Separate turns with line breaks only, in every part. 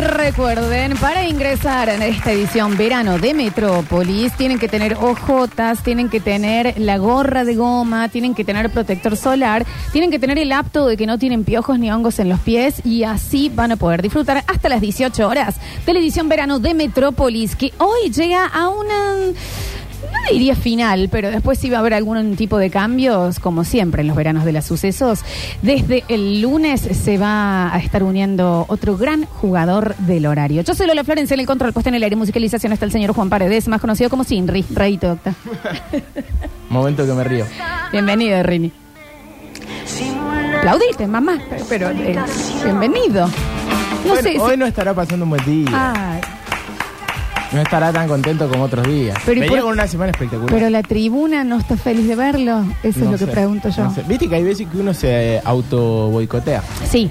recuerden, para ingresar en esta edición verano de Metrópolis, tienen que tener ojotas, tienen que tener la gorra de goma, tienen que tener protector solar, tienen que tener el apto de que no tienen piojos ni hongos en los pies y así van a poder disfrutar hasta las 18 horas de la edición verano de Metrópolis, que hoy llega a una... No diría final, pero después sí va a haber algún tipo de cambios, como siempre en los veranos de los sucesos. Desde el lunes se va a estar uniendo otro gran jugador del horario. Yo soy Lola Florencia en el control, puesto en el aire, musicalización está el señor Juan Paredes, más conocido como Sinri. Rayito, Octa.
Momento que me río.
Bienvenido, Rini. Aplaudiste, mamá, pero eh, bienvenido. No
Bueno,
sé Ah.
hoy
si...
no estará pasando un buen día.
Ay,
No estará tan contento como otros días.
Pero, ¿y
Venía
por-
con una semana espectacular.
pero la tribuna no está feliz de verlo. Eso
No
es lo que
sé,
pregunto yo.
no sé. Viste que hay veces que uno se eh, auto boicotea.
Sí,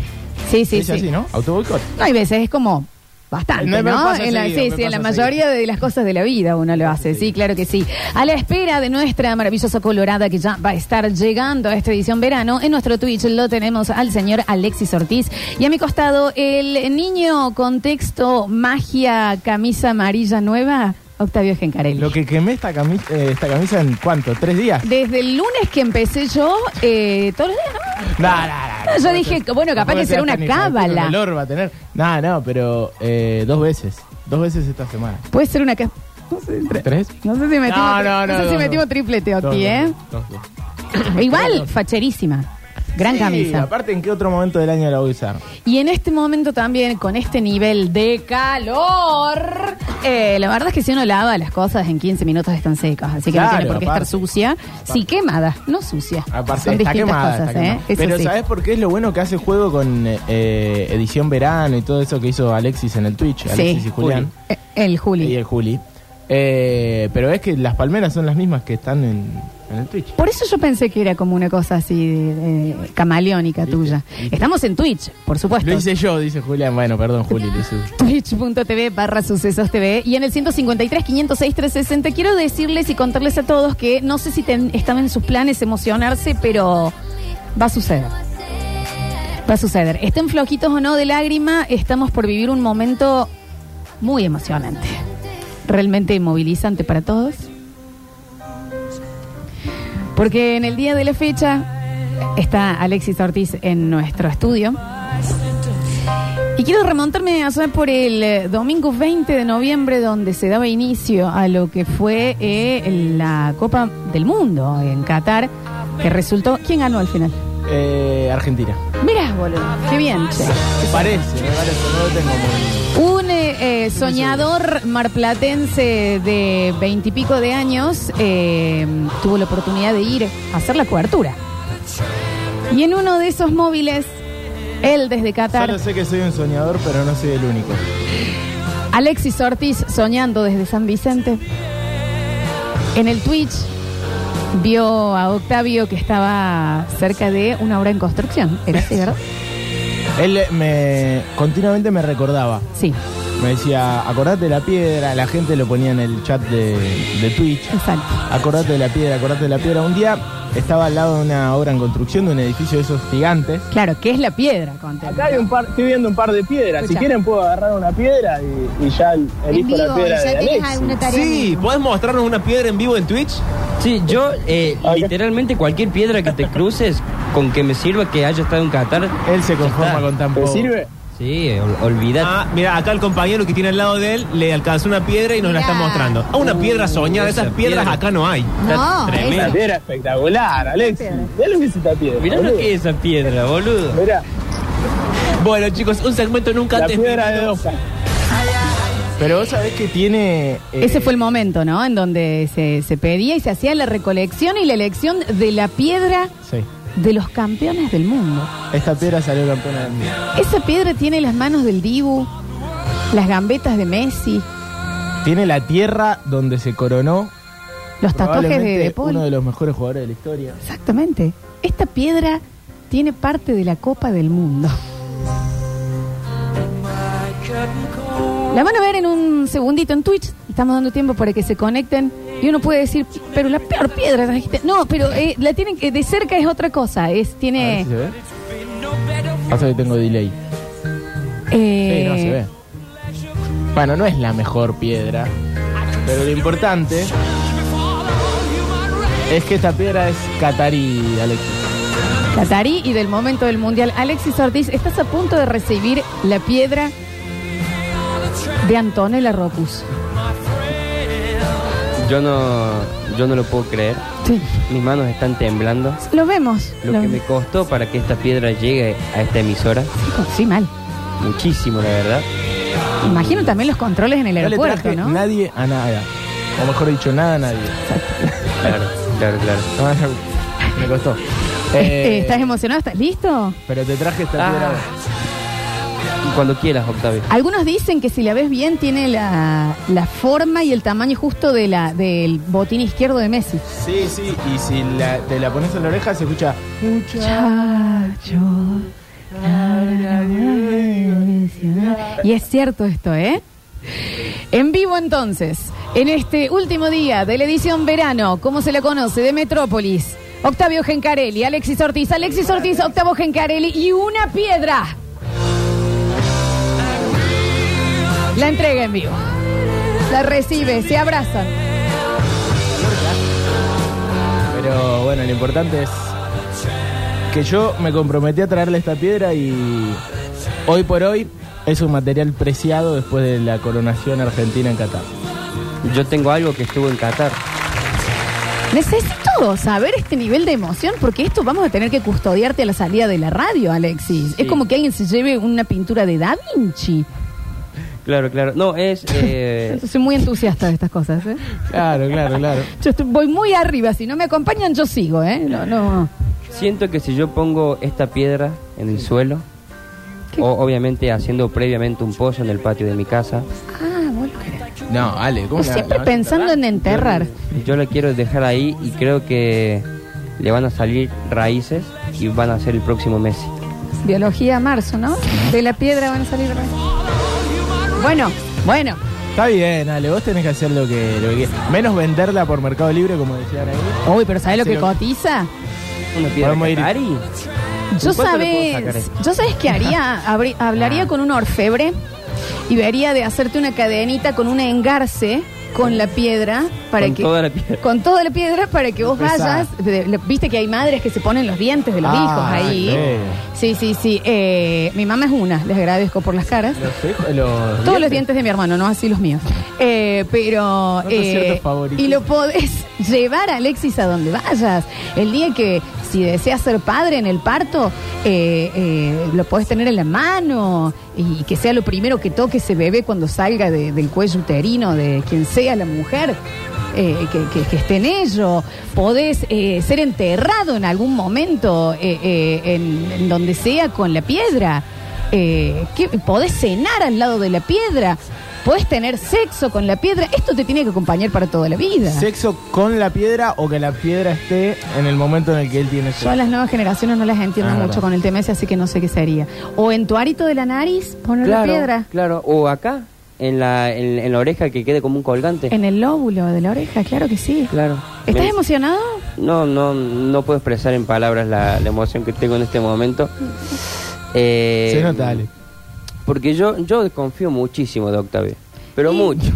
sí, sí,
es
sí.
así, ¿no? Auto boicot.
No, hay veces es como bastante,
No,
¿no?
me pasa
En la,
seguido,
sí,
me
sí, en la
pasa
mayoría de las cosas de la vida uno lo hace, sí, claro que sí. A la espera de nuestra maravillosa colorada que ya va a estar llegando a esta edición verano, en nuestro Twitch lo tenemos al señor Alexis Ortiz y a mi costado el niño contexto magia camisa amarilla nueva, Octavio Gencarelli.
Lo que quemé esta, cami- eh, esta camisa en cuánto, tres días.
Desde el lunes que empecé yo, eh, todos los días, ¿no?
Nah, nah, nah,
No, yo
tampoco
dije,
te-
bueno, capaz
tampoco
que
te
será
das
una
tan hijo de puta,
cábala.
un olor va a tener. Nah, no, pero eh, dos veces. Dos veces esta semana.
Puede ser una... ca-
¿Tres?
No sé si metimos,
No,
no
no, no,
sé si
no,
metimos
no.
triple,
Dos,
Teoti,
dos,
¿eh?
dos, dos.
Igual, facherísima. Gran
Sí,
camisa.
Aparte, ¿en qué otro momento del año la voy a usar?
Y en este momento también, con este nivel de calor, eh, la verdad es que si uno lava las cosas en 15 minutos están secas, así que no
Claro,
tiene por qué
aparte.
estar sucia. Sí, quemada, no sucia.
Aparte,
Son
está
distintas
quemada.
cosas,
está quemada.
¿eh? Eso
Pero
sí.
¿sabes por qué es lo bueno que hace juego con eh, edición verano y todo eso que hizo Alexis en el Twitch?
Sí.
Alexis y Julián.
Eh, El Juli.
Y el Juli. Eh, pero es que las palmeras son las mismas que están en, en el Twitch.
Por eso yo pensé que era como una cosa así de- de camaleónica
¿Viste?
tuya.
¿Viste?
Estamos en Twitch, por supuesto.
Lo hice yo, dice Julián. Bueno, perdón, Juli, lo hice yo.
twitch.tv barra sucesos TV y en el 153 506 360 quiero decirles y contarles a todos que no sé si ten- están en sus planes emocionarse pero va a suceder va a suceder estén flojitos o no de lágrima estamos por vivir un momento muy emocionante realmente inmovilizante para todos porque en el día de la fecha está Alexis Ortiz en nuestro estudio y quiero remontarme a por el eh, domingo 20 de noviembre, donde se daba inicio a lo que fue eh, la Copa del Mundo en Qatar, que resultó. ¿Quién ganó al final?
Eh, Argentina.
Mirá, boludo, qué bien, che.
Parece, me parece. No lo tengo muy-
Un eh, eh, soñador marplatense de veintipico de años eh, tuvo la oportunidad de ir a hacer la cobertura. Y en uno de esos móviles, él desde Qatar.
Solo sé que soy un soñador, pero no soy el único.
Alexis Ortiz soñando desde San Vicente. En el Twitch vio a Octavio que estaba cerca de una obra en construcción. ¿Era así, verdad?
Él eh, me continuamente me recordaba.
Sí,
Me decía, acordate de la piedra, la gente lo ponía en el chat de, de Twitch.
exacto.
Acordate de la piedra, acordate de la piedra. Un día estaba al lado de una obra en construcción, de un edificio de esos gigantes.
Claro, que es la piedra, conté.
Acá hay un par, estoy viendo un par de piedras.
Escucha.
Si quieren puedo agarrar una piedra y, y ya el- elijo la piedra de Alexis.
Sí, ¿puedes mostrarnos una piedra en vivo en Twitch?
Sí, yo eh,
Acá.
literalmente cualquier piedra que te cruces, con que me sirva que haya estado en Qatar,
Él se conforma
Está.
con tan
¿Te
poco.
sirve?
sí, eh, ol- olvidate.
Ah, mira, acá el compañero que tiene al lado de él le alcanzó una piedra y nos la está
Mirá.
mostrando. Ah, una piedra soñada,
esa
esas piedras
piedra.
acá no hay.
No,
Tremendo.
La
esa-
piedra espectacular, Alexis. Mirá lo que es esta piedra.
Mirá lo
boludo.
que es esa piedra, boludo.
Mirá,
Bueno, chicos, un segmento nunca
la
antes.
piedra de
visto.
Doca.
Pero vos sabés que tiene. eh,
Ese fue el momento, ¿no? En donde se, se pedía y se hacía la recolección y la elección de la piedra
Sí.
de los campeones del mundo.
Esta piedra salió campeona del mundo.
Esa piedra tiene las manos del Dibu, las gambetas de Messi,
Tiene la tierra donde se coronó.
los tatuajes de,
probablemente
de Paul.
Uno de los mejores jugadores de la historia.
Exactamente. Esta piedra tiene parte de la Copa del Mundo. La van a ver en un segundito en Twitch. Estamos dando tiempo para que se conecten. Y uno puede decir, pero la peor piedra trajiste. No, pero eh, la tienen que- de cerca es otra cosa. Es,
A ver
tiene.
si se ve. Pasa que tengo delay. Sí, no se
eh,
ve. Bueno, no es la mejor piedra, pero lo importante es que esta piedra es catarí, Alexis.
Catarí y del momento del mundial. Alexis Ortiz, estás a punto de recibir la piedra de Antonella Rocus.
Yo no, yo no lo puedo creer.
Sí.
Mis manos están temblando.
Lo vemos.
Lo
lo-
que me costó para que esta piedra llegue a esta emisora,
Sí, mal.
muchísimo, la verdad.
Imagino también los controles en el
no le
aeropuerto,
traje
¿no?
nadie a nada. O mejor dicho, nada a nadie.
Claro, claro, claro.
Me costó.
Este,
Eh,
¿Estás emocionado? ¿Estás listo?
pero te traje esta
Ah.
piedra.
Cuando quieras, Octavio.
Algunos dicen que si la ves bien tiene la, la forma y el tamaño justo de la, del botín izquierdo de Messi.
Sí, sí, y si la- te la pones en la oreja se escucha.
Y es cierto esto, ¿eh? En vivo entonces, en este último día de la edición verano, como se la conoce, de Metrópolis, Octavio Gencarelli, Alexis Ortiz, Alexis Ortiz, Octavo Gencarelli y una piedra. La entrega en vivo. La recibe, se abrazan.
Pero bueno, lo importante es que yo me comprometí a traerle esta piedra y hoy por hoy es un material preciado después de la coronación argentina en Qatar.
Yo tengo algo que estuvo en Qatar.
Necesito saber este nivel de emoción porque esto vamos a tener que custodiarte a la salida de la radio, Alexis. Es como que alguien se lleve una pintura de Da Vinci.
Claro, claro. No, es. eh,
Soy muy entusiasta de estas cosas. ¿eh?
Claro, claro, claro.
Yo estoy- voy muy arriba. Si no me acompañan, yo sigo. ¿eh? No, no.
siento que si yo pongo esta piedra en el suelo, o obviamente haciendo previamente un pozo en el patio de mi casa,
Ah, bueno. era.
No, Ale, ¿cómo
Vos
la-
Siempre
la vas a
pensando en enterrar.
yo la quiero dejar ahí y creo que le van a salir raíces y van a ser el próximo Messi.
Biología marzo, ¿no? De la piedra van a salir. ra- Bueno, bueno.
Está bien, Ale, vos tenés que hacer lo que, lo que quieras. Menos venderla por Mercado Libre, como decían ahí.
Uy, pero ¿sabes lo
Sí,
que
lo-
cotiza?
Una piedra
Vamos a ir-
qatarí.
Yo
¿Cuánto le puedo sacar Ah.
sabes,
eso?
yo sabes qué haría, Habrí- hablaría con un orfebre y vería de hacerte una cadenita con un engarce con la piedra para
Con
que
toda la piedra.
con toda la piedra para que vos
Pesada.
vayas, de- de- viste que hay madres que se ponen los dientes de los
Ah,
hijos ahí. Sí, sí, sí. Eh, mi mamá es una, les agradezco por las caras.
Los, hijos- los
Todos los dientes de mi hermano, no así los míos. Eh, pero. eh,
Otro cierto favorito.
y lo podés llevar a Alexis a donde vayas. El día que, si deseas ser padre en el parto, eh, eh, lo podés tener en la mano y que sea lo primero que toque ese bebé cuando salga de- del cuello uterino de quien sea la mujer. eh, que, que- que esté en ello, podés eh, ser enterrado en algún momento, eh, eh, en- en donde sea, con la piedra. Eh, ¿qué- podés cenar al lado de la piedra, podés tener sexo con la piedra. Esto te tiene que acompañar para toda la vida.
Sexo con la piedra o que la piedra esté en el momento en el que él
Yo
tiene
a
sexo.
las nuevas generaciones no las entiendo
Ah,
mucho
verdad.
con el tema ese, así que no sé qué sería. O en tu arito de la nariz, poner la piedra.
claro. O acá, en la, en, en la oreja que quede como un colgante.
En el lóbulo de la oreja, claro que sí.
Claro.
¿Estás
Me-
emocionado?
No, no, no puedo expresar en palabras la, la emoción que tengo en este momento. Eh,
Se nota, Ale.
Porque yo, yo desconfío muchísimo de Octavio. Pero
Sí.
mucho.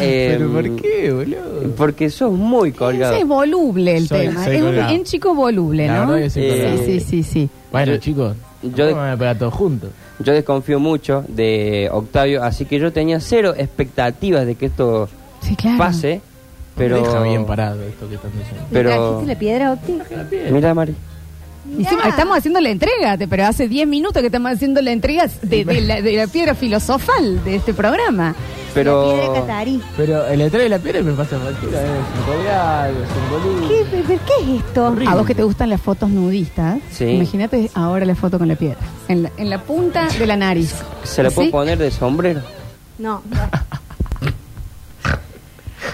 Eh,
¿Pero por qué, boludo?
Porque sos muy colgado.
Ese es voluble el
Soy-
tema.
soy
es un,
colgado.
en chico voluble,
La
¿no?
verdad que soy
sí,
colgado.
sí, sí, sí.
Bueno,
Yo-
chicos, yo
yo-
me voy a pegar todos juntos.
Yo desconfío mucho de Octavio, así que yo tenía cero expectativas de que esto
Sí, claro.
pase. Pero.
Deja bien parado esto que están diciendo.
Pero.
¿Trajiste la piedra, Octi?
Mira, Mari.
Hicimos- estamos haciendo la entrega, te- pero hace 10 minutos que estamos haciendo la entrega de, de la, de la piedra filosofal de este programa.
La
Pero.
piedra catarí.
Pero el letrero de la piedra me pasa factura, ¿eh? Cinco reales, cinco
¿Qué,
lucas.
pero qué es esto?
A vos que te gustan las fotos nudistas,
Sí.
imagínate ahora la foto con la piedra, en la, en la punta de la nariz.
¿Se la puedo
¿Sí?
poner de sombrero?
No.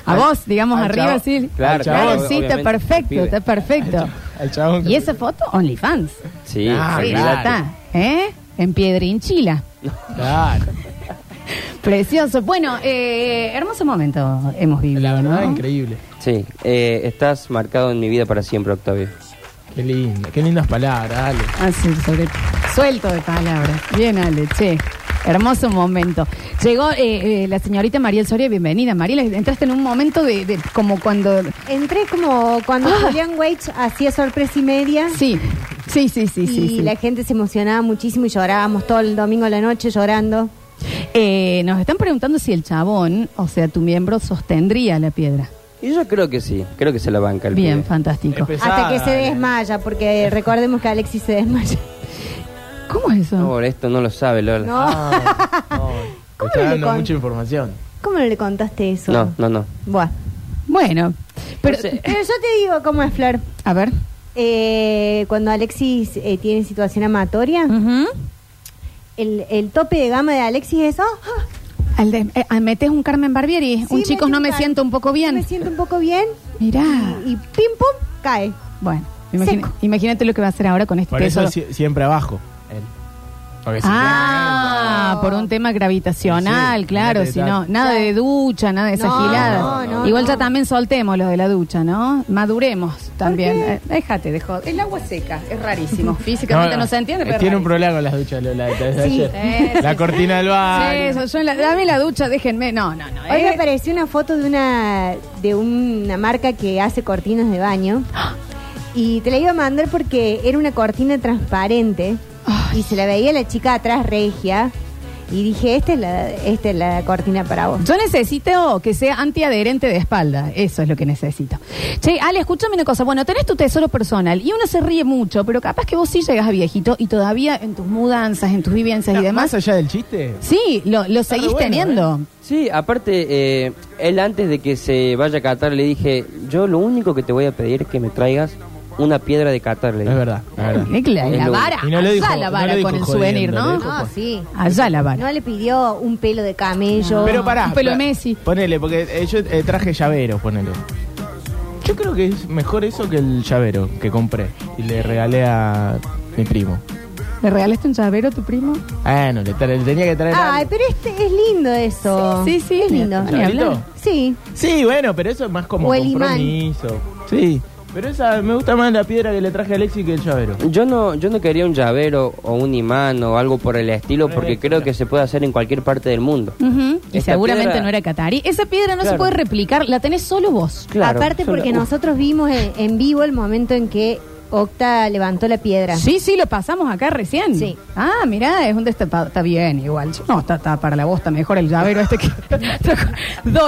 A vos, digamos,
Al
arriba,
chavo.
sí. Claro,
Claro, claro,
sí, está
obviamente,
perfecto,
pibe.
está perfecto.
Al chabón. que-
Y esa foto, OnlyFans.
Sí,
Ah,
Sí,
olvídate.
ya está, ¿eh? En Piedrinchila.
Claro.
Precioso. Bueno, eh, hermoso momento hemos vivido.
La verdad,
¿no?
increíble.
Sí, eh, estás marcado en mi vida para siempre, Octavio.
Qué lindo. Qué lindas palabras, Ale.
Ah, sí, sobre- Suelto de palabras. Bien, Ale, che. Hermoso momento. Llegó eh, eh, la señorita Mariel Soria, bienvenida. Mariel, entraste en un momento de, de- como cuando...
Entré como cuando
Ah.
Julian Wage hacía sorpresa y media.
Sí, sí, sí, sí,
Y
sí. sí.
la gente se emocionaba muchísimo y llorábamos todo el domingo a la noche llorando.
Eh, nos están preguntando si el chabón, o sea, tu miembro, sostendría la piedra.
Y yo creo que sí, creo que se la banca el
Bien,
pibe.
fantástico.
Empezó.
Hasta
Pesada,
que se
eh.
desmaya, porque recordemos que Alexis se desmaya.
¿Cómo es eso?
No, esto no lo sabe,
Ah.
Lola.
No.
Me
¿Cómo
está
no le
dando
con-
mucha información.
¿Cómo no le contaste eso?
No, no, no.
Buah.
Bueno, pero... eh,
No sé.
Pero yo te digo cómo es, Flor.
A ver.
Eh, cuando Alexis eh, tiene situación amatoria,
Ujú.
el, el tope de gama de Alexis es... "Ah, ah,
Al de- eh, ah, metes un Carmen Barbieri,
sí,
un chicos no me
siento-
siento un poco
Me
bien.
siento un poco bien.
Mirá.
Y, y pim, pum, cae.
Bueno, imagina-
Seco.
imagínate lo que va a hacer ahora con este
Por eso
tesoro.
sie- siempre abajo. él. Porque si
Ah, por un tema gravitacional,
Sí,
claro,
imagínate,
si no,
tal.
nada de ducha, nada de esas
No,
giladas.
no, no,
Igual
no.
ya también soltemos lo de la ducha, ¿no? Maduremos también. Eh, Déjate de joder. El agua seca, es rarísimo. Físicamente no, se entiende, pero.
eh, Tiene
es
un problema con las duchas, Lola, desde
Sí,
ayer.
sí,
la
sí.
cortina del
rarísimo.
baño.
Sí, eso, yo en la, dame la ducha, déjenme. No, no, no.
Hoy me
eh.
apareció una foto de una de una marca que hace cortinas de baño. Y te la iba a mandar porque era una cortina transparente y se la veía la chica atrás regia y dije, esta es la esta es la cortina para vos.
Yo necesito que sea antiadherente de espalda. Eso es lo que necesito. Che, Ale, escúchame una cosa. Bueno, tenés tu tesoro personal y uno se ríe mucho, pero capaz que vos sí llegas a viejito y todavía en tus mudanzas, en tus vivencias
No,
y demás.
Más allá del chiste.
Sí, lo, lo seguís
bueno,
teniendo.
Sí, aparte, eh, él antes de que se vaya a Qatar le dije, yo lo único que te voy a pedir es que me traigas una piedra de Qatar. Le
Es
dije.
verdad, es verdad.
Eh, La,
Es
la
lo-
vara,
y no lo
allá
dijo-
la
no
vara
lo dijo
con el
jodiendo,
souvenir,
lo
¿no?
dijo.
No, sí.
Allá la vara.
No le pidió un pelo de camello.
Pero pará.
Un pelo
pará.
Messi.
Ponele, porque eh, yo eh, traje llavero, ponele. Yo creo que es mejor eso que el llavero que compré y le regalé a mi primo.
¿Le regalaste un llavero a tu primo?
Ah, no, le, tra- le tenía que traer.
Ay,
algo.
pero este es lindo eso.
Sí, sí, sí,
es lindo.
ni hablar.
Sí.
Sí, bueno, pero eso es más como
O el imán.
compromiso. Sí, pero esa me gusta más la piedra que le traje a Alexi que el llavero.
Yo no, yo no quería un llavero o un imán o algo por el estilo porque creo que se puede hacer en cualquier parte del mundo.
Ujú, Y
Esta
seguramente
piedra-
no era catarí. Esa piedra no se
Claro.
puede replicar, la tenés solo vos.
Claro,
Aparte
solo-
porque
Uf,
nosotros vimos en, en vivo el momento en que Octa levantó la piedra.
Sí, sí, lo pasamos acá recién.
Sí.
Ah, mirá, es un destapado. Está bien, igual. No, está, está para la bosta mejor el llavero este que trajo.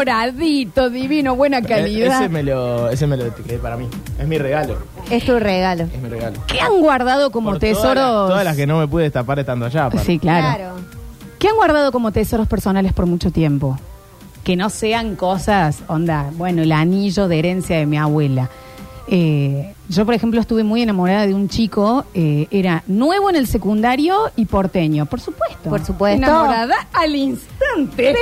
Doradito, divino, buena
E-
calidad.
ese me lo, ese me lo etiqueté para mí. Es mi regalo.
Es tu regalo.
Es mi regalo.
¿Qué han guardado como
Por
tesoros?
Todas las, todas las que no me pude destapar estando allá. aparte.
Sí, claro. ¿Qué han guardado como tesoros personales por mucho tiempo? Que no sean cosas, onda, bueno, el anillo de herencia de mi abuela. Eh, yo, por ejemplo, estuve muy enamorada de un chico, eh, era nuevo en el secundario y porteño, por supuesto.
Por supuesto.
Enamorada al instante.
Pero,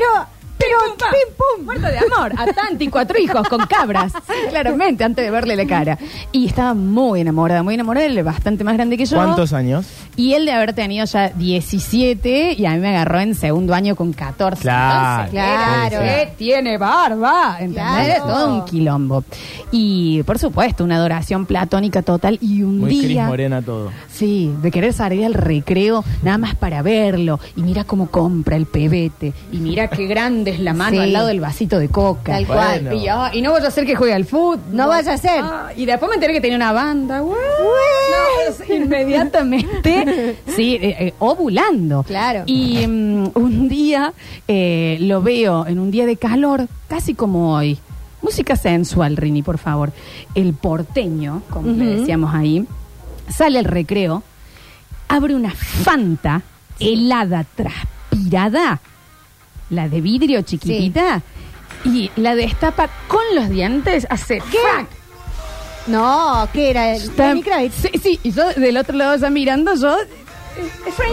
pero, pim, pum.
Muerta de amor, atante y cuatro hijos con cabras, Sí, claramente, antes de verle la cara. Y estaba muy enamorada, muy enamorada, él es bastante más grande que yo.
¿Cuántos años?
Y él de haber tenido ya 17 y a mí me agarró en segundo año con 14.
Claro,
Entonces, era,
claro.
"¿Qué Eh, tiene barba? ¿Entendés?
Claro.
Todo un quilombo. Y por supuesto, una adoración platónica total y un
Muy Cris
día...
Morena todo.
Sí, de querer salir al recreo nada más para verlo. Y mira cómo compra el pebete. Y mira qué grande es la mano
Sí.
al lado del vasito de coca.
Tal
cual. Bueno.
Y, ah, y no vaya a ser que juegue al fútbol.
No vaya a ser.
Ah, y después me enteré que tenía una banda. Guau. No, pues, inmediatamente. sí, eh, eh, ovulando.
Claro.
Y mm, un día eh, lo veo en un día de calor, casi como hoy. Música sensual, Rini, por favor. El porteño, como le
Ujú.
decíamos ahí, sale al recreo, abre una fanta helada, transpirada, la de vidrio chiquitita, y la destapa con los dientes, hace ¡frac!
No, ¿qué era? El
Está-
Lenny Kravitz.
Sí, sí, y yo del otro lado ya mirando, yo.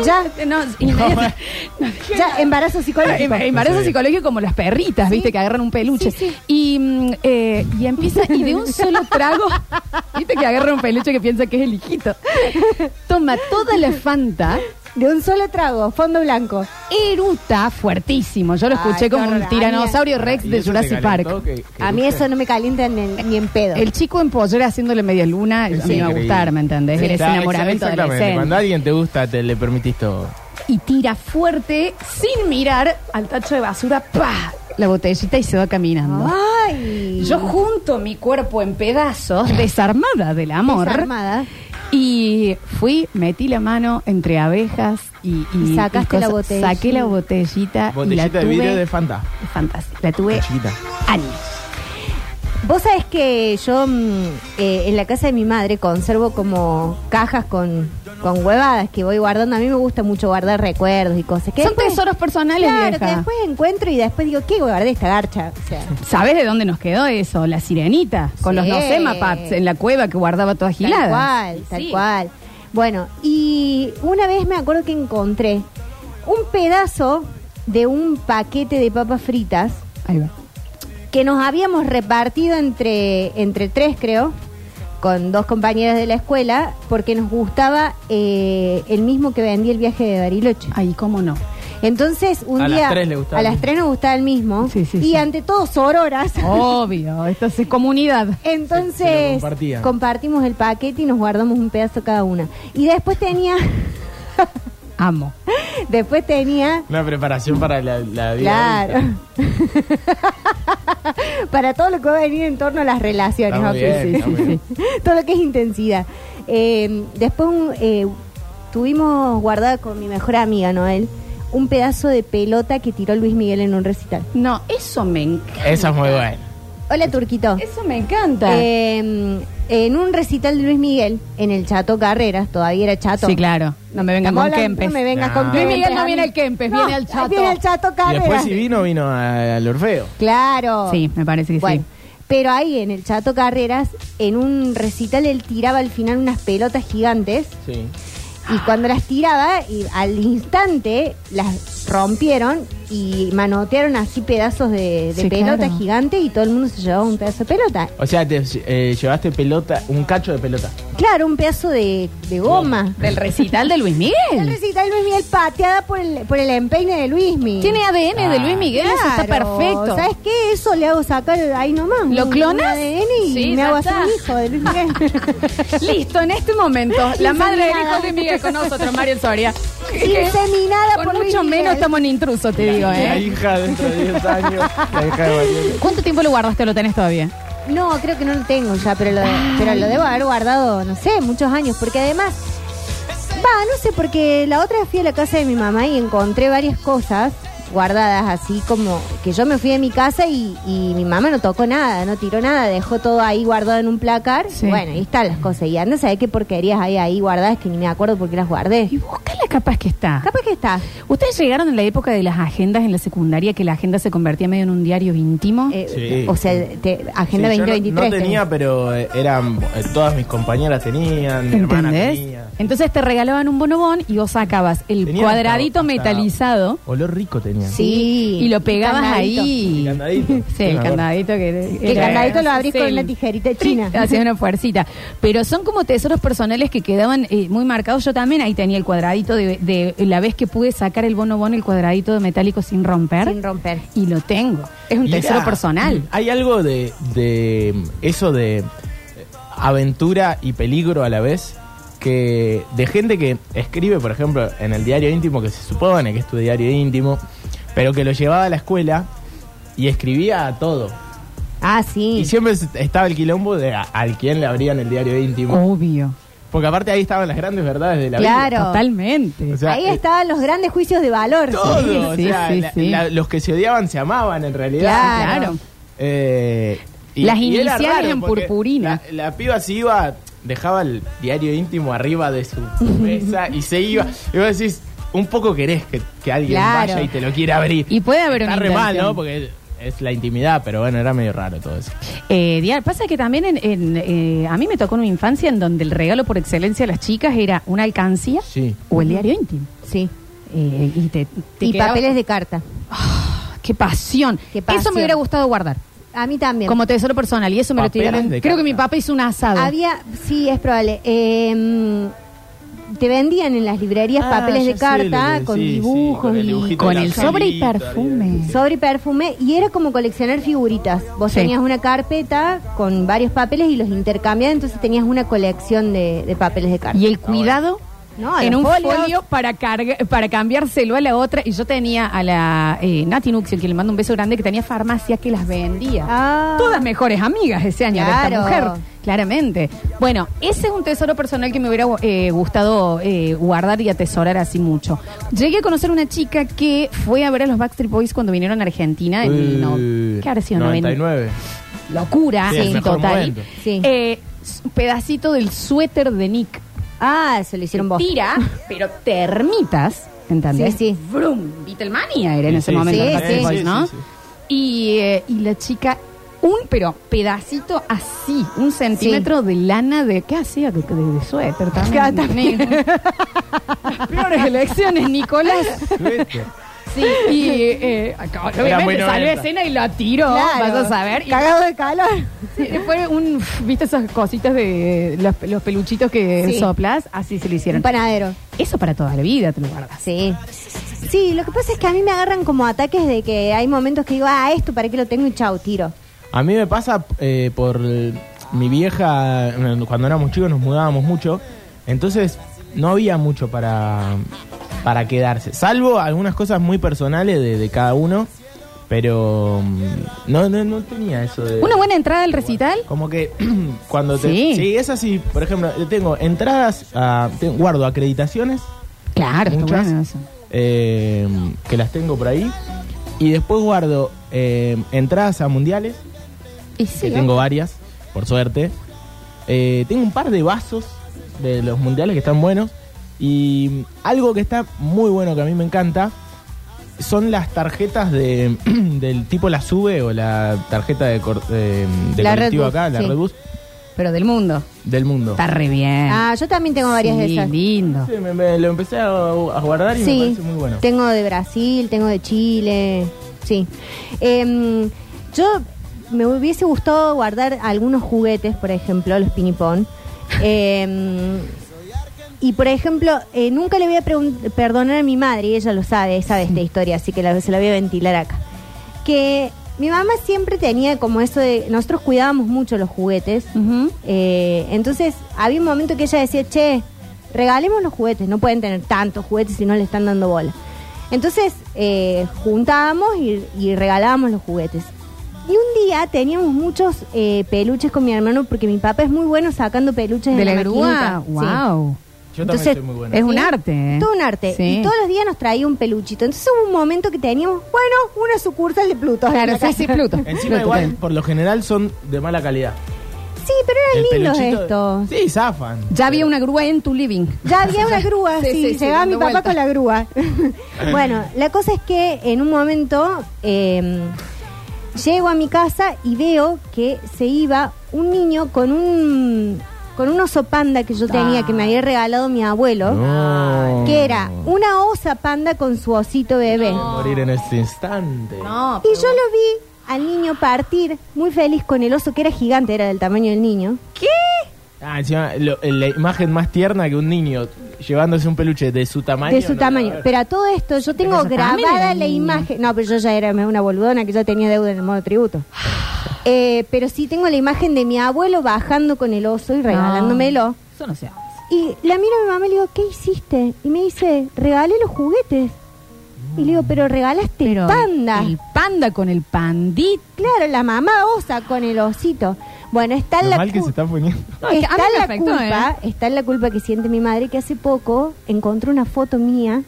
Ya.
Eh, No, y nadie- no,
Ya, embarazo
Em-
psicológico.
Embarazo psicológico como las perritas, viste, que agarran un peluche.
Sí, sí.
Y, mm, eh, y empieza, y de un solo trago, viste que agarra un peluche que piensa que es el hijito. Toma toda la fanta,
De un solo trago, fondo blanco.
eruta fuertísimo. Yo lo escuché
Ay,
como
qué
un
horror.
tiranosaurio rex
Y
de
eso te
Jurassic
calentó,
Park.
que- que
A mí
dulce.
eso no me calienta ni, ni en pedo.
El chico en pollera haciéndole media luna, a mí me va a
increíble.
gustar, ¿me entendés?
Sí,
Era ese
está,
enamoramiento
exactamente.
adolescente.
Cuando a alguien te gusta, te le permitís todo.
y tira fuerte sin mirar al tacho de basura, pa, la botellita y se va caminando.
Ay.
Yo junto mi cuerpo en pedazos, desarmada del amor.
Desarmada.
Y fui, metí la mano entre abejas y,
Y sacaste la
cosas.
botella.
Saqué la botellita. y
Botellita
Ah, la
de
tuve,
vidrio de Fanta.
Es fantástico. La tuve
Chiquita.
años.
Vos sabés que yo mm, eh, en la casa de mi madre conservo como cajas con, con huevadas que voy guardando. A mí me gusta mucho guardar recuerdos y cosas. Que
Son
después-
tesoros personales,
Claro,
vieja.
que después encuentro y después digo, ¿qué guardé esta garcha? O sea,
¿Sabes de dónde nos quedó eso? La sirenita, con
Sí.
los dos semapads en la cueva que guardaba todas
tal
giladas.
cual, tal cual. Bueno, y una vez me acuerdo que encontré un pedazo de un paquete de papas fritas
Ahí va.
que nos habíamos repartido entre, entre tres, creo, con dos compañeras de la escuela, porque nos gustaba eh, el mismo que vendía el viaje de Bariloche.
Ay, cómo no.
Entonces, un
A las
día.
tres le gustaba
a
el
las
mismo.
tres nos gustaba el mismo.
Sí, sí, Oh.
y
sí.
ante todo, sororas.
Obvio, esto es comunidad.
Se lo
Entonces,
compartían.
compartimos el paquete y nos guardamos un pedazo cada una. Y después tenía.
Amo.
después tenía.
Una preparación para la, la vida.
Claro.
adulta.
Para todo lo que va a venir en torno a las relaciones,
Está muy
ok.
bien, está muy bien.
todo lo que es intensidad. Eh, después un, eh, tuvimos guardada con mi mejor amiga, Noel, un pedazo de pelota que tiró Luis Miguel en un recital.
No, eso me encanta.
Esa es muy buena.
Hola, Turquito.
Eso me encanta.
Eh, en un recital de Luis Miguel, en el Chato Carreras, todavía era Chato.
sí, claro. No me vengan
Estamos
con
hablando-
Kempes.
No me vengas con
No.
Luis
Kempes,
Miguel no
a mí.
viene al Kempes,
No,
viene al Chato.
Viene al Chato
Y
Carreras.
después si vino, vino a- al Orfeo.
Claro.
Sí, me parece que
Bueno,
sí.
pero ahí en el Chato Carreras, en un recital, él tiraba al final unas pelotas gigantes
Sí.
y
Ah.
cuando las tiraba, y al instante las rompieron y manotearon así pedazos de, de
Sí,
pelota
claro.
gigante y todo el mundo se llevaba un pedazo de pelota.
O sea, te eh, llevaste pelota, un cacho de pelota.
Claro, un pedazo de, de goma.
Del recital de Luis
El
Miguel.
recital Luis Miguel pateada por el, por el empeine de Luismi.
Tiene ADN de Luis Miguel, eso está
Claro,
perfecto.
¿Sabes qué? Eso le hago sacar ahí nomás.
¿Lo
un-
clonas?
un ADN y
Sí,
me
ya
hago
está.
hacer un hijo de Luis Miguel.
Listo, en este momento, la
Inseminada.
madre del hijo de Luis Miguel con nosotros, Mario Soria.
Inseminada
Con
por Luis
mucho
Miguel.
menos estamos en intruso, te digo,
La
¿eh?
hija dentro de 10 años. La hija de Mariela.
¿Cuánto tiempo lo guardaste o lo tenés todavía?
No, creo que no lo tengo ya, pero lo, pero lo debo haber guardado, no sé, muchos años, porque además, va, no sé, porque la otra vez fui a la casa de mi mamá y encontré varias cosas guardadas, así como que yo me fui de mi casa y, y mi mamá no tocó nada, no tiró nada, dejó todo ahí guardado en un placar.
Sí.
Bueno, ahí están las cosas. Y anda, ¿sabes qué porquerías hay ahí guardadas que ni me acuerdo por qué las guardé?
Y búscala capaz que está.
Capaz que está.
¿Ustedes llegaron en la época de las agendas en la secundaria, que la agenda se convertía medio en un diario íntimo?
eh,
Sí.
O sea, te- Agenda
Sí, yo no-
2023.
No, tenía, pero eh, eran eh, todas mis compañeras tenían, mi hermana
¿Entendés?
tenía.
Entonces te regalaban un bonobón y vos sacabas el
Tenía
cuadradito
hasta- hasta
metalizado
Olor rico tenía.
Sí.
y lo pegabas
Candadito.
El
ahí.
candadito.
Sí, el
Me acuerdo.
candadito que...
Que el
era-
candadito lo abrís con
sí.
una tijerita china.
Hacía una fuercita. Pero son como tesoros personales que quedaban eh, muy marcados. Yo también ahí tenía el cuadradito de, de la vez que pude sacar el bonobón, el cuadradito de metálico sin romper.
Sin romper.
Y lo tengo. Es un
Mirá, mm,
tesoro personal.
Hay algo de, de eso de eh, aventura y peligro a la vez. Que de gente que escribe, por ejemplo, en el diario íntimo, que se supone que es tu diario íntimo, pero que lo llevaba a la escuela y escribía a todo.
Ah, sí.
Y siempre se- estaba el quilombo de a- al quién le abrían el diario íntimo.
Obvio.
Porque aparte ahí estaban las grandes verdades de la vida.
Oh. Claro.
Totalmente.
O sea,
Ahí
eh,
estaban los grandes juicios de valor.
Todo. o
Sí,
sea,
sí,
la-
sí.
la- los que se odiaban se amaban en realidad.
Claro.
Claro.
Eh,
Las
era
iniciales
raro
en
porque
purpurina.
La, la piba se iba, dejaba el diario íntimo arriba de su mesa y se iba. Y vos decís, un poco querés que, que alguien
Claro.
vaya y te lo quiera abrir.
Y puede haber
Está
una
re mal,
intención.
¿no? Porque es, es la intimidad, pero bueno, era medio raro todo eso.
Eh, Diar, pasa que también en, en, eh, a mí me tocó una infancia en donde el regalo por excelencia a las chicas era una alcancía
Sí.
o el diario íntimo.
Sí.
Eh, y te, te
Y
quedaba-
papeles de carta.
¡Qué pasión!
Qué pasión.
Eso me hubiera gustado guardar
A mí también.
como tesoro personal y eso me
Papeles
lo tiré.
de
Creo que
carta.
mi papá hizo un asado.
Había, sí, es probable. Eh, mm, te vendían en las librerías
Ah,
papeles de
ya sé lo
carta
que
con
decís, sí,
dibujos
con el
y
dibujito
con
de la
el sobre y
carita,
perfume.
sobre y perfume y era como coleccionar figuritas. Vos
Sí.
tenías una carpeta con varios papeles y los intercambiabas, entonces tenías una colección de, de papeles de carta.
Y el cuidado
Ah,
No, a
en un
Ah, los folios.
folio para, carga- para cambiárselo a la otra. Y yo tenía a la eh, Nati Nuxel, que le mando un beso grande, que tenía farmacia que las vendía.
Ah.
Todas mejores amigas ese año de esta
Claro.
mujer, claramente. Bueno, ese es un tesoro personal que me hubiera eh, gustado eh, guardar y atesorar así mucho. Llegué a conocer una chica que fue a ver a los Backstreet Boys cuando vinieron a Argentina. en, no,
Eh,
¿Qué habrá sido?
99.
Locura
Sí, el
en
mejor
total.
momento.
Sí.
Eh, un pedacito del suéter de Nick
Ah, se lo hicieron vos.
tira, pero termitas, ¿entendés?
Sí, sí.
Vroom, Beatlemania era en
Sí,
ese
sí,
momento,
sí,
los Backstreet
sí.
Boys,
Sí,
¿no?
sí, sí.
Y, eh, y la chica, un pero pedacito así, un centímetro de lana de, ¿qué hacía? De, de- de suéter Ah, también.
Claro, también.
Las Peores elecciones, Nicolás.
¿Viste?
Sí, y eh, acá,
Era muy
obviamente salió de
noventa.
escena y la tiró,
Claro.
vas a saber. Y
Cagado de calor.
Sí, fue un, viste esas cositas de los, los peluchitos que
Sí.
soplas, así se le
Un
hicieron.
panadero.
Eso para toda la vida te lo guardas.
Sí. Sí, lo que pasa es que a mí me agarran como ataques de que hay momentos que digo, ah, esto para qué lo tengo y chao, tiro.
A mí me pasa eh, por el- mi vieja, eh, cuando éramos chicos nos mudábamos mucho, entonces no había mucho para, para quedarse, salvo algunas cosas muy personales de, de cada uno, pero mm, no, no, no tenía eso de...
Una buena entrada al recital.
Como que cuando te...
Sí.
Sí, es así, por ejemplo, yo tengo entradas, a- te- guardo acreditaciones,
Claro, está
muchas,
bueno eso.
eh, que las tengo por ahí, y después guardo eh, entradas a mundiales
Y sí,
que tengo varias, por suerte. Eh, tengo un par de vasos de los mundiales que están buenos. Y algo que está muy bueno, que a mí me encanta, son las tarjetas de, del tipo la sube o la tarjeta de, cor- de, de
La
colectivo
Red Bus,
acá, la
sí.
Red Bus,
pero del mundo.
del mundo.
Está re bien.
Ah, yo también tengo varias
Sí,
de esas.
lindo.
Sí, me- me- lo empecé a, a guardar y me
Sí,
parece muy bueno.
tengo de Brasil, tengo de Chile, sí. Em, yo me hubiese gustado guardar algunos juguetes, por ejemplo, los pinipón. Em, y por ejemplo, eh, nunca le voy a pregun- perdonar a mi madre, y ella lo sabe, sabe esta historia, así que la- se la voy a ventilar acá. Que mi mamá siempre tenía como eso de, nosotros cuidábamos mucho los juguetes,
Ujú.
eh, entonces, había un momento que ella decía, che, regalemos los juguetes, no pueden tener tantos juguetes si no le están dando bola. Entonces, eh, juntábamos y, y regalábamos los juguetes. Y un día teníamos muchos eh, peluches con mi hermano porque mi papá es muy bueno sacando peluches
De
en
la grúa.
maquinita. Sí.
Wow.
Yo también
Entonces,
soy muy bueno.
Es un arte. ¿eh?
Todo un arte.
Sí.
Y todos los días nos traía un peluchito. Entonces hubo un momento que teníamos, bueno, una sucursal de Pluto. en
Claro,
la
sí,
casa.
sí, Pluto.
Encima
Pluto
igual,
también.
por lo general son de mala calidad.
Sí, pero
El
eran lindos
peluchito-
estos.
Sí, zafan.
Ya había una grúa en tu living.
Ya había una grúa,
Sí,
sí,
sí, sí,
llegaba mi
dando
papá
vueltas.
con la grúa. bueno, la cosa es que en un momento eh, llego a mi casa y veo que se iba un niño con un con un oso panda que yo tenía
Ah.
que me había regalado mi abuelo,
No.
que era una osa panda con su osito bebé.
Morir en este instante.
No.
Y yo lo vi al niño partir muy feliz con el oso que era gigante, era del tamaño del niño.
Ah, encima, lo- la imagen más tierna que un niño llevándose un peluche de su tamaño.
de su
no,
tamaño.
a ver.
Pero a todo esto yo tengo
Pero ella también era
grabada la
niña.
imagen. No, pero yo ya era una boludona que ya tenía deuda en el modo tributo. Eh, pero sí tengo la imagen de mi abuelo bajando con el oso y regalándomelo.
Eso no se hace.
Y la miro a mi mamá y le digo, ¿qué hiciste? Y me dice, regalé los juguetes. Y le digo, pero regalaste
Pero
panda.
El panda con el pandit.
Claro, la mamá osa con el osito. Bueno, está en
Lo
la
mal que
cu-
se está poniendo.
No, es que a
está
mí me
la
afectó, ¿eh?
culpa, está la culpa que siente mi madre que hace poco encontró una foto mía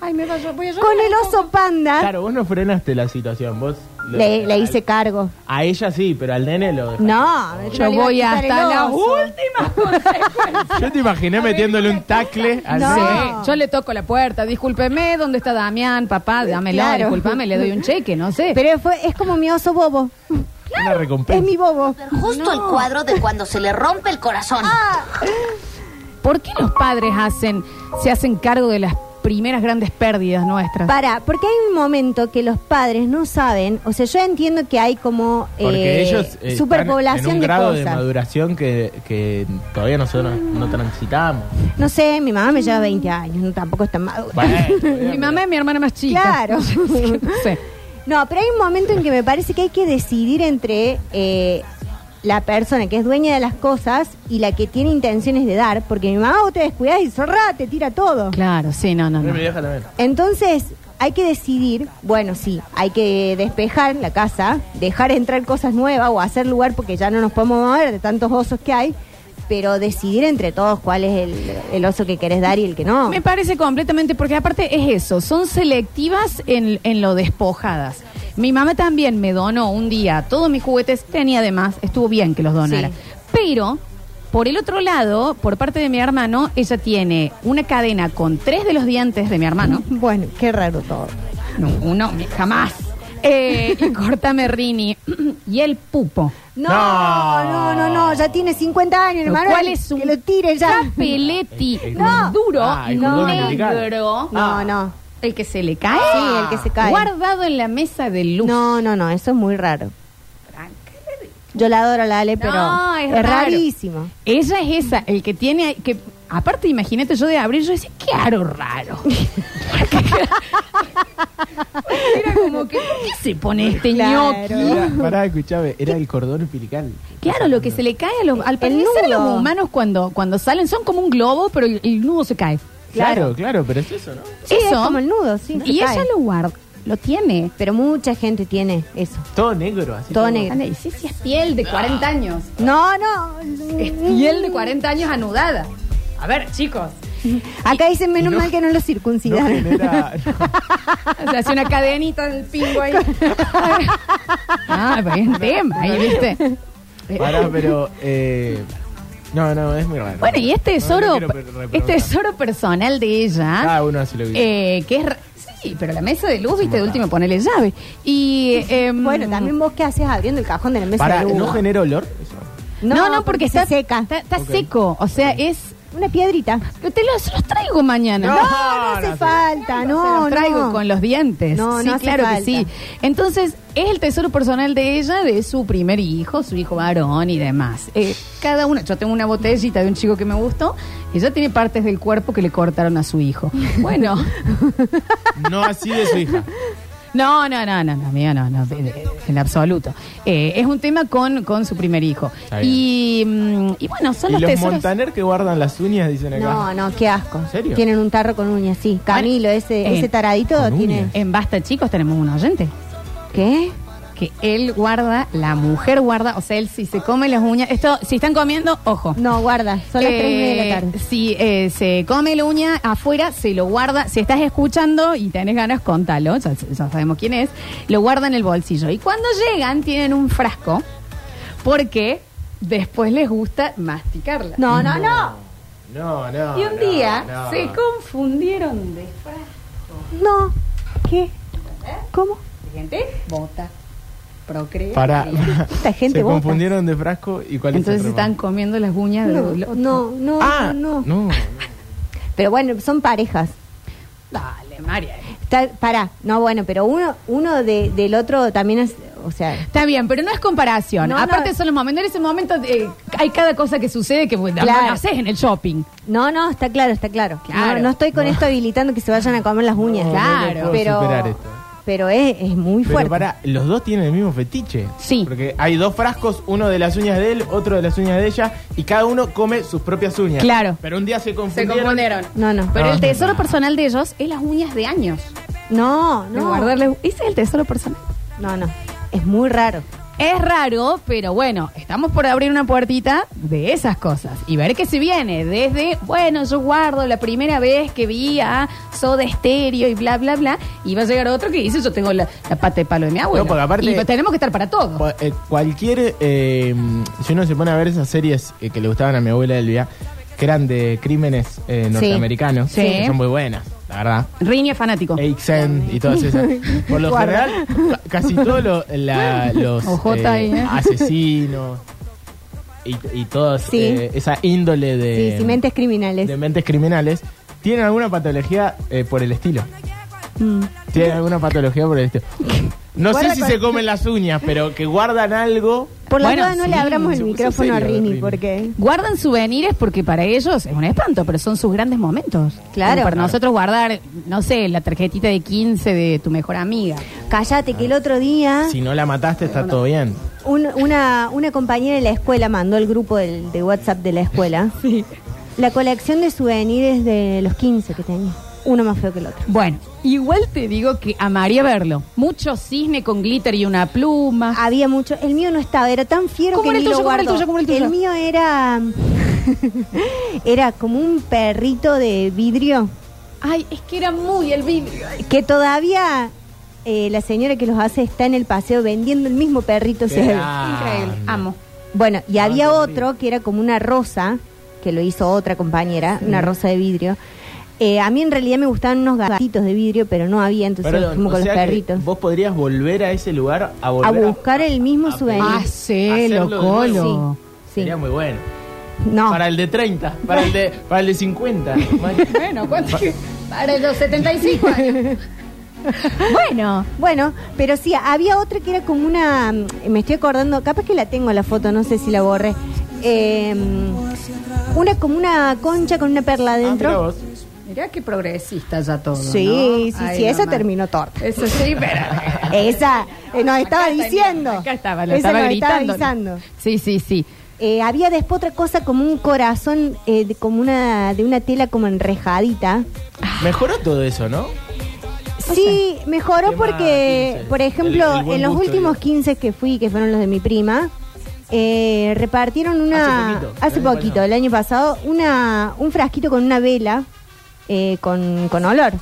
Ay, me da, yo voy a llorar.
con el oso panda.
Claro, vos no frenaste la situación. Vos lo-
Ah. Le, le hice cargo.
A ella sí, pero al nene lo dejaste.
No, no
Yo
le iba a
voy
quitar
hasta
el
la
oso.
última consecuencia.
Yo te imaginé metiéndole un tacle al
No.
nene.
Sí, yo le toco la puerta, discúlpeme, ¿dónde está Damián? Papá, dámelo,
Claro.
discúlpame, le doy un cheque, no sé.
Pero fue, es como mi oso bobo.
Una recompensa.
Es mi bobo.
Justo el cuadro de cuando se le rompe el corazón.
¿Por qué los padres hacen, se hacen cargo de las primeras grandes pérdidas nuestras?
Para, porque hay un momento que los padres no saben, o sea, yo entiendo que hay como
Porque
eh,
ellos eh,
superpoblación
están en un grado
de
de
cosas.
maduración que, que todavía nosotros no transitamos.
no sé, mi mamá me lleva 20 años, no, tampoco está madura.
Bueno,
mi mamá y mi hermana más chica.
Claro.
no sé.
No, pero hay un momento en que me parece que hay que decidir entre eh, la persona que es dueña de las cosas y la que tiene intenciones de dar, porque mi mamá vos te descuidas y zorra, te tira todo.
Claro, sí, no, no, no.
Mi vieja también.
Entonces, hay que decidir, bueno, sí, hay que despejar la casa, dejar entrar cosas nuevas o hacer lugar porque ya no nos podemos mover de tantos osos que hay, pero decidir entre todos cuál es el, el oso que querés dar y el que no.
Me parece completamente, porque aparte es eso, son selectivas en, en lo despojadas. Mi mamá también me donó un día todos mis juguetes, tenía además, estuvo bien que los donara.
Sí.
Pero, por el otro lado, por parte de mi hermano, ella tiene una cadena con tres de los dientes de mi hermano.
Bueno, qué raro todo.
No, uno, jamás. Eh, y cortame Rini y el pupo.
No, no, no, no, ya tiene 50 años,
Lo
hermano.
cual es un
que lo tire ya.
capeleti
El- el-
no, duro,
Ah, el
no,
cordón umbilical.
negro.
No, no.
El que se le cae.
Sí, el que se cae.
Guardado en la mesa de luz.
No, no, no, eso es muy raro. Yo la adoro a la Ale, pero
No, es
es,
raro.
rarísimo.
Ella es esa, el que tiene, que aparte imagínate yo de abrir, yo decía, qué aro raro. Porque era como que, ¿por qué se pone este
Claro.
ñoqui?
Era, pará, escuchame, era el cordón umbilical.
Claro, lo que se le cae a los, al
El
parecer a
nudo.
los humanos cuando, cuando salen son como un globo, pero el, el nudo se cae.
Claro, claro, pero es eso, ¿no?
Sí, es como el nudo, sí, se
Y
cae.
ella lo guarda, lo tiene.
Pero mucha gente tiene eso.
Todo negro, así.
Todo
como-
negro.
Anda, y sí, sí, es piel de 40 años.
No, no.
Es piel de 40 años anudada. A ver, chicos.
Acá dicen menos
No-
mal que no lo
No
circuncidaron.
genera.
Se hace una cadenita del pingo ahí. ah, pero es un tema, ahí, ¿viste?
no, pará, pero. Eh, no, no, es muy raro.
Bueno, y este
No, no
tesoro,
quiero per- reprobar.
este tesoro personal de ella,
Cada uno hace lo que quiere.
eh, que es... ra- Sí, pero la mesa de luz, viste, de último ponele llave. Y... eh,
Bueno, también vos qué haces abriendo el cajón de la mesa
Pará,
de luz.
¿no genera olor? Eso.
No, no, porque,
se
está
seca.
Está, está seco, o sea, es...
Una piedrita.
Yo te los, los traigo mañana.
No,
No,
no, hace
no,
falta,
No, se
no,
los traigo
no.
con los dientes.
No,
sí,
no hace
claro que
falta.
sí. Entonces, es el tesoro personal de ella, de su primer hijo, su hijo varón y demás. Eh, cada una, yo tengo una botellita de un chico que me gustó, ella tiene partes del cuerpo que le cortaron a su hijo. Bueno,
No así de su hija.
no, no, no, no, no, mío, no, no, de- de- en absoluto. Eh, es un tema con, con su primer hijo.
Está bien.
Y, mm, y bueno, son
Y
los,
los
tesoros.
montaner que guardan las uñas dicen acá.
No, no, qué asco.
¿En serio?
Tienen un tarro con uñas, sí. Camilo, ese,
Eh,
ese taradito
con
tiene.
uñas.
En Basta, chicos, tenemos un oyente.
¿Qué?
que él guarda, la mujer guarda, o sea, él si se come las uñas, esto, si están comiendo, ojo.
No, guarda, son las
Eh,
3 y media de la tarde.
Si eh, se come la uña afuera, se lo guarda. Si estás escuchando y tenés ganas, contalo. Ya, ya sabemos quién es. Lo guarda en el bolsillo. Y cuando llegan, tienen un frasco. Porque después les gusta masticarla.
No, no, no.
No, no.
y un
no,
día
no.
se confundieron de frasco.
No.
¿Eh?
¿Qué? ¿Cómo?
Gente, bota, procrea.
Pará.
Esta gente
se
vota.
confundieron de frasco y cuál
Entonces
es el
están comiendo las uñas
No,
de
no, no,
Ah,
no, no.
no.
Pero bueno, son parejas.
Dale, María.
Está, pará, no, bueno, pero uno, uno de- del otro también es, o sea,
Está bien, pero no es comparación.
No,
Aparte
no.
son los momentos. En ese momento eh, hay cada cosa que sucede que bueno,
Claro.
no haces en el shopping.
no, no, está claro, está claro.
Claro.
No, no estoy con esto habilitando que se vayan a comer las uñas.
No, no
Claro.
lo puedo superar
pero,
esto.
pero es, es muy
Pero
fuerte.
pará, los dos tienen el mismo fetiche.
Sí.
Porque hay dos frascos, uno de las uñas de él, otro de las uñas de ella, y cada uno come sus propias uñas.
Claro.
Pero un día se
Se
confundieron.
confundieron.
No, no.
Pero
Ah.
el tesoro personal de ellos es las uñas de años.
No,
De
no.
guardarle- Ese es el tesoro personal.
No, no. Es muy raro.
Es raro, pero bueno, estamos por abrir una puertita de esas cosas y ver qué se viene. Desde, bueno, yo guardo la primera vez que vi a Soda Estéreo y bla, bla, bla. Y va a llegar otro que dice, yo tengo la, la pata de palo de mi abuelo.
No, porque aparte-
y tenemos que estar para todo.
Cu- eh, cualquier. eh, si uno se pone a ver esas series eh, que le gustaban a mi abuela Elvia, que eran de crímenes eh, norteamericanos,
Sí. Oh.
que son muy buenas, la verdad.
Rini es fanático.
Aixen y todas esas. Por lo
Guarda.
general, ca- casi todos lo- la- los
Ojota ahí, ¿eh?
asesinos y, y todos
Sí.
eh, esa índole de,
sí, sí, mentes criminales.
de mentes criminales tienen alguna patología eh, por el estilo. Tienen alguna patología por el estilo. No sé
Mm. Guarda
si
con-
se comen las uñas, pero que guardan algo.
Por la
Bueno,
duda no
sí,
le abramos
se
el
puso
micrófono a
serio,
Rini,
Rini.
porque...
Guardan souvenirs porque para ellos es un espanto, pero son sus grandes momentos.
Claro.
Como para
Claro.
nosotros guardar, no sé, la tarjetita de 15 de tu mejor amiga.
Cállate que el
ah,
otro día
Si no la mataste, está todo bien.
un- una, una compañera de la escuela mandó al grupo del- de WhatsApp de la escuela la colección de souvenirs de los 15 que tenía. Uno más feo que el otro.
Bueno, igual te digo que amaría verlo. Mucho cisne con glitter y una pluma.
Había mucho. El mío no estaba, era tan fiero
¿Cómo era
que
Ah. el
ni
tuyo?
lo
¿Cómo era el
guardó.
tuyo? ¿Cómo era el tuyo?
mío era. era como un perrito de vidrio
Ay, es que era muy el vidrio.
que todavía eh, la señora que los hace está en el paseo vendiendo el mismo perrito. se ve.
Increíble. Amo.
Bueno, y había otro que era como una rosa, que lo hizo otra compañera, una rosa de vidrio. Eh, a mí en realidad me gustaban unos gatitos de vidrio, pero no había, entonces
Perdón,
como
o
con los
sea que
perritos.
Vos podrías volver a ese lugar a
A
volver
buscar el mismo
a-
souvenir.
a-
Hacelo,
hacerlo de
Colo.
nuevo.
Sí, sí.
Sería muy bueno.
Ah, No.
Para el de 30, para el de, para el de Ah, 50.
Bueno, ¿cuánto? Para los 75 años. bueno.
Bueno, pero sí, había otra que era como una. mm, Me estoy acordando, capaz que la tengo la foto, no sé si la borré. Eh, una como una concha con una perla
Mira
adentro.
Ah, vos.
Mirá qué progresista ya todo.
sí,
¿no?
sí,
Ay,
sí, esa
mamá.
terminó torta.
Eso sí, pero.
Esa eh, nos estaba
Acá tenía,
diciendo.
Acá estaba, la
Esa
estaba
nos estaba
gritando.
avisando.
Sí, sí, sí.
Eh, había después otra cosa como un corazón eh, de, como una, de una tela como enrejadita.
Mejoró todo eso, ¿no?
Sí, mejoró
Tema
porque,
15.
por ejemplo,
El- el buen
en los
gusto,
últimos
digo.
15 que fui, que fueron los de mi prima, eh, repartieron
Hace
una.
poquito,
Hace
el año
poquito,
pasado.
el año pasado, una, un frasquito con una vela eh, con, con olor.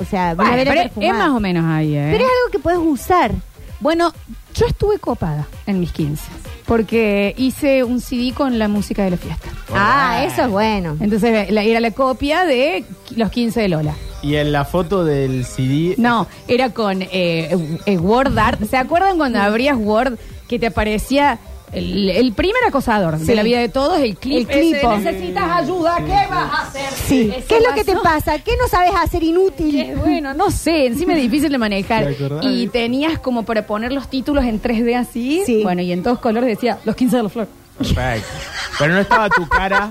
O sea, una
Bueno,
vela
pero
perfumada.
es más o menos ahí, ¿eh?
Pero es algo que puedes usar.
Bueno, yo estuve copada en mis 15 porque hice un CD con la música de la fiesta.
Ah, eso es bueno.
Entonces eh, la- era la copia de qui- los 15 de Lola.
Y en la foto del CD.
No, era con eh, eh, eh, Word Art. ¿Se acuerdan cuando abrías Word que te aparecía el, el primer acosador de la vida de todos? El clip.
El
ese,
clipo.
Necesitas ayuda, ¿qué vas a hacer?
Sí.
Eso
¿Qué es lo que te
pasó.
pasa? ¿Qué no sabes hacer
Es
inútil?
bueno, no sé, encima es difícil de manejar.
¿Te acordás?
Y tenías como para poner los títulos en 3D así.
Sí.
Bueno, y en todos colores decía los 15 de la flor.
Perfecto. Pero no estaba tu cara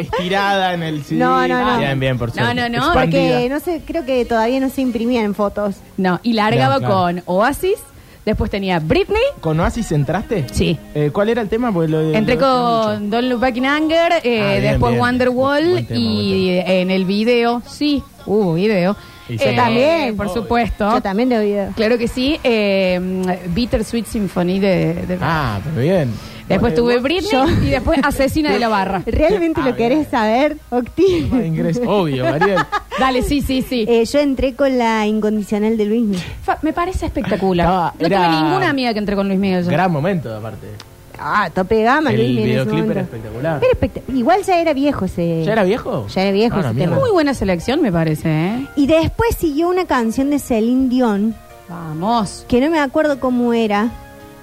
estirada en el CD.
No, no, no.
Bien, bien, por
No,
suerte.
no, no,
Expandida.
Porque no sé, creo que todavía no se imprimían fotos.
No, y largaba
Claro, claro.
con Oasis, después tenía Britney,
¿Con Oasis entraste?
Sí.
Eh, ¿Cuál era el tema? Pues lo, lo-
entré
lo habían dicho.
con Don't Look Back in Anger, eh,
Ah, bien,
después
bien.
Wonderwall
Buen tema,
y
buen
en el video, sí, hubo video. Eh,
Y yo
también.
Por supuesto.
Yo también te oído.
Claro que sí, eh, Bitter Sweet Symphony de... de-
Ah, pero bien.
Después
Eh,
tuve
bueno,
Britney y después Asesina de la Barra.
¿Realmente
Ah,
lo querés
bien.
saber, Octi?
más ingreso. Obvio, Ariel.
Dale, sí, sí, sí.
Eh, yo entré con la incondicional de Luis.
Fa- me parece espectacular.
Estaba-
no
era-
tengo ninguna amiga que entre con Luis Miguel. yo.
Gran momento, aparte.
Ah, tope de gama,
El
Luis Miguel. en ese
videoclip era
momento.
espectacular.
Era espectac- Igual ya era viejo ese.
¿Ya era viejo?
Ya era viejo
Ah, la
ese
mierda.
tema.
Muy buena selección, me parece, ¿eh?
Y después siguió una canción de Celine Dion,
Vamos.
que no me acuerdo cómo era,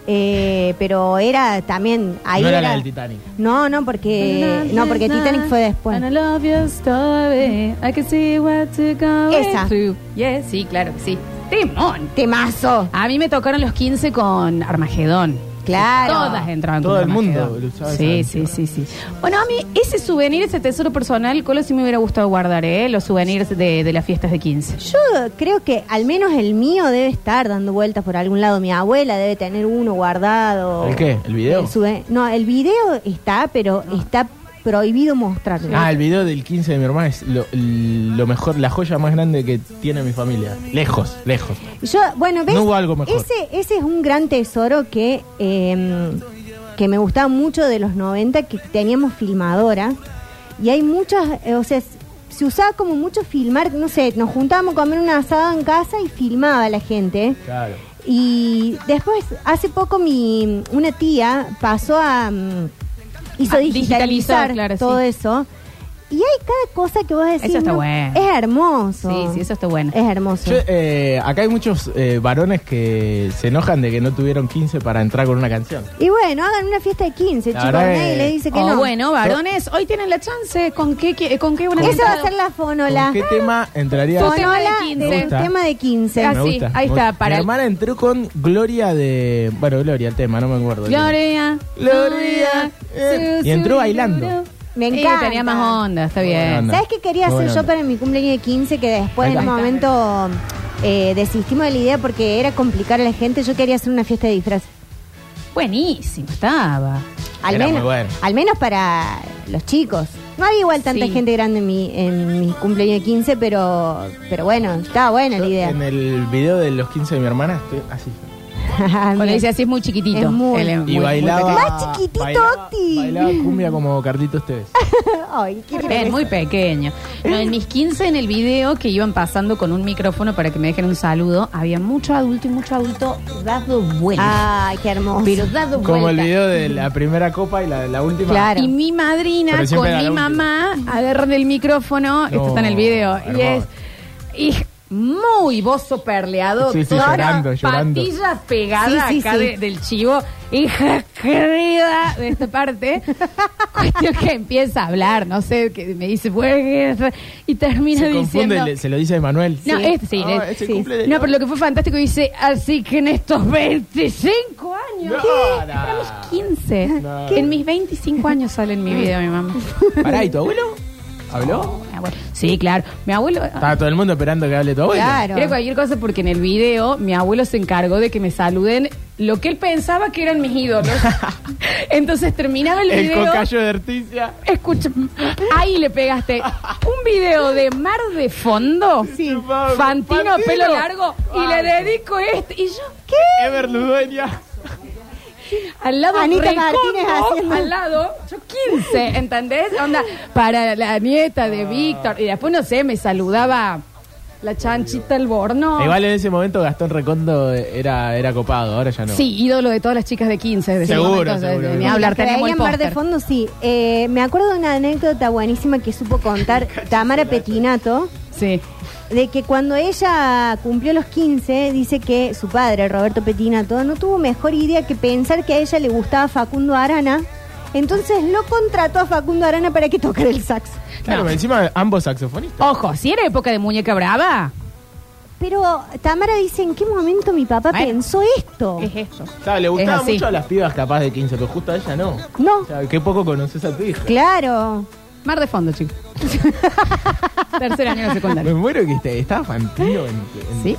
eh, pero era también. Ahí
no era, la del Titanic.
No, no, porque. Eh, No, porque Titanic fue después.
And I love your story. I can see what you're going
Esa.
through. Yes, Sí, claro que sí. ¡Timón!
Temazo.
A mí me tocaron los 15 con Armagedón.
Claro.
Todas entraban
Todo
con
el mundo
Armagedón.
usaba esa
Sí, sí,
canción.
sí, sí. Bueno, a mí ese souvenir, ese tesoro personal, Colo sí me hubiera gustado guardar, ¿eh? Los souvenirs de, de las fiestas de 15.
Yo creo que al menos el mío debe estar dando vueltas por algún lado. Mi abuela debe tener uno guardado.
¿El qué? ¿El video?
El sube- no, el video está, pero está prohibido mostrarlo.
Ah, el video del 15 de mi hermana es lo, lo mejor, la joya más grande que tiene mi familia. Lejos, lejos.
Yo, bueno, ¿ves?
No hubo algo mejor.
Ese, ese es un gran tesoro que, eh, que me gustaba mucho de los 90, que teníamos filmadora. Y hay muchas, eh, o sea, se usaba como mucho filmar, no sé, nos juntábamos a comer un asado en casa y filmaba a la gente.
Claro.
Y después, hace poco, mi una tía pasó a. mm, hizo
A Ah, digitalizar,
digitalizar
claro,
todo
sí.
eso. Y hay cada cosa que vos decís.
Eso está
¿no?
bueno.
Es hermoso.
Sí, sí, eso está bueno.
Es hermoso.
Yo, eh, acá hay muchos eh, varones que se enojan de que no tuvieron 15 para entrar con una canción.
Y bueno, hagan una fiesta de 15,
La
chicos.
verdad
Nadie
que-
le dice que
Oh,
no.
Bueno, varones, hoy tienen la chance. ¿Con qué, qui- eh, con qué una
Esa va a
invitada?
ser la fonola.
¿Con qué tema entraría?
Con- Tema de
Fonola
15.
de
Me
un
gusta.
tema de 15.
Ah,
Me
sí,
gusta.
ahí
Me
está,
gusta.
para
Mi
el-
hermana entró con Gloria de... Bueno, Gloria, el tema, no me acuerdo.
Gloria.
Gloria, eh.
su-
Y entró
su-
bailando.
Me
Sí,
encanta.
tenía más onda, está bien.
Buena onda.
¿Sabes qué quería
Muy
hacer
buena
yo
onda.
para mi cumpleaños de 15? Que después
Ahí
en un
está.
momento eh, desistimos de la idea porque era complicar a la gente. Yo quería hacer una fiesta de disfraz.
Buenísimo, estaba.
Al
Era muy
menos,
bueno.
al menos para los chicos. No había igual tanta
Sí.
gente grande en mi, en mi cumpleaños de 15, pero, pero bueno, estaba buena la idea.
En el video de los 15 de mi hermana estoy así.
Cuando dice así es muy chiquitito.
Es muy-
Él es
Y
muy-
bailaba.
muy
Más chiquitito,
bailaba-
Octi.
Bailaba cumbia como Carlito ustedes.
Ay, qué
pequeño. Ven, muy pequeño. No, en mis 15 en el video que iban pasando con un micrófono para que me dejen un saludo, había mucho adulto y mucho adulto dado vuelta.
Ay, qué hermoso.
pero dado vuelta.
Como el video de la primera copa y la, la última.
Claro.
Y mi madrina
Pero
con
siempre era
mi
la última.
mamá agarran el micrófono, esto está en el video, y es,
hermoso.
y es muy bozo perleado,
Sí, sí,
todas
llorando, llorando.
patillas pegadas
Sí, sí,
acá
sí.
de- del chivo, hija querida de esta parte, cuestión que empieza a hablar, no sé, que me dice, "Burger", y termina
Se
diciendo...
confunde, le- se lo dice a Manuel.
No,
Sí.
es- sí,
Ah,
es-
es el
sí.
cumple de-
No, pero lo que fue fantástico dice, así que en estos 25 años,
No,
¿qué?
no.
Era mis 15.
No.
Que En mis 25 años sale en mi vida mi mamá.
Pará, ¿y tu abuelo? ¿Habló?
Mi abuelo. Sí, claro. Mi abuelo... ah,
Estaba todo el mundo esperando que hable tu abuelo.
Claro.
Era cualquier cosa porque en el video mi abuelo se encargó de que me saluden lo que él pensaba que eran mis ídolos. Entonces terminaba el
El
video...
cocayo de Articia.
Escucha, ahí le pegaste un video de mar de fondo,
Sí.
Fantino,
Fantino.
pelo largo, y le dedico este. Y yo, ¿qué?
Ever Ludueña.
Al lado
Anita
recodo,
Martínez haciendo-
al lado, yo 15, ¿entendés? Onda, para la nieta de
Ah.
Víctor. Y después, no sé, me saludaba la chanchita el borno.
Igual en ese momento Gastón Recondo era, era copado, ahora ya no.
Sí, ídolo de todas las chicas de 15. De ese
Seguro,
momento,
seguro,
de- de- Ni
seguro.
hablar,
Los que
tenemos el
veían Mar de
póster.
fondo, sí. Eh, me acuerdo de una anécdota buenísima que supo contar Tamara Petinato,
Sí.
de que cuando ella cumplió los 15, dice que su padre, Roberto Petinato, no tuvo mejor idea que pensar que a ella le gustaba Facundo Arana. Entonces lo contrató a Facundo Arana para que tocara el saxo.
Claro,
No.
encima ambos saxofonistas.
Ojo, si era época de muñeca brava,
Pero Tamara dice, ¿en qué momento mi papá
Bueno.
pensó esto?
es esto.
Claro, le gustaba
Es así.
mucho a las pibas capaz de 15, pero justo a ella no.
No,
O sea, qué poco conoces a tu hija.
claro.
Mar de fondo, chicos. Tercer año de la
Me
secundaria.
muero que este- estaba Fantino en, en-
Sí.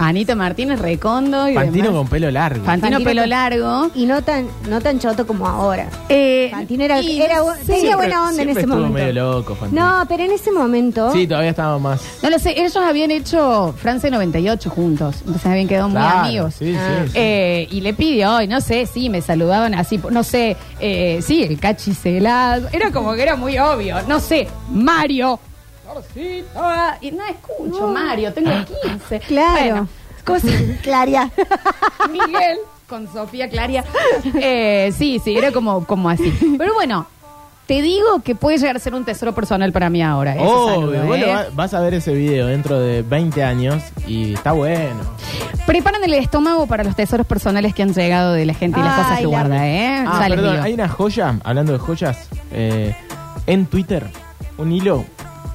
Anita Martínez, Recondo y
Fantino
demás.
con pelo largo.
Fantino,
Fantino
pelo
con-
largo.
Y no tan, no tan choto como ahora.
Eh,
Fantino era,
y-
era bu- tenía buena onda en
siempre
ese
estuvo
momento.
medio loco, Fantino.
No, pero en ese momento.
Sí, todavía estaba más.
No lo sé, ellos habían hecho Francia 98 juntos, entonces habían quedado
Claro,
muy amigos.
Sí,
Ah.
sí. sí.
Eh, y le pidió, y no sé, sí, me saludaban así, no sé, eh, sí, el cachicelado, era como que era muy obvio, no sé, Mario. Torcita. Y no escucho, Mario, tengo
Ah.
15.
Claro.
Bueno, cosas-
Claria.
Miguel con Sofía Claria. Eh, sí, sí, era como, como así. Pero bueno, te digo que puede llegar a ser un tesoro personal para mí ahora. ese saludo,
Obvio, vos
¿eh?
lo va- vas a ver ese video dentro de 20 años y está bueno.
Preparan el estómago para los tesoros personales que han llegado de la gente y las
Ay,
cosas que
la-
guarda, ¿eh?
Ah,
Ya les
perdón,
digo.
hay una joya, hablando de joyas, eh, en Twitter, un hilo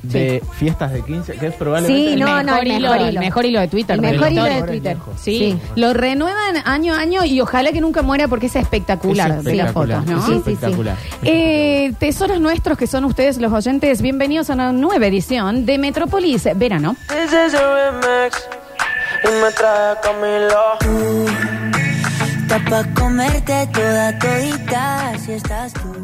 de fiestas de 15, que es probablemente...
Sí,
El
el
no,
mejor
no, el
hilo,
mejor
el
hilo.
mejor hilo de Twitter.
El
de la
mejor hilo
historia.
de
Ahora
Twitter.
viejo.
Sí.
Sí.
lo renuevan año a año y ojalá que nunca muera porque es espectacular,
Es
ver las fotos, ¿no?
espectacular,
Sí,
es
sí, sí.
espectacular.
Eh, tesoros nuestros que son ustedes los oyentes, bienvenidos a una nueva edición de Metrópolis Verano.
Es ese BMX y me trae a Camilo.
Está pa' comerte toda todita si estás tú.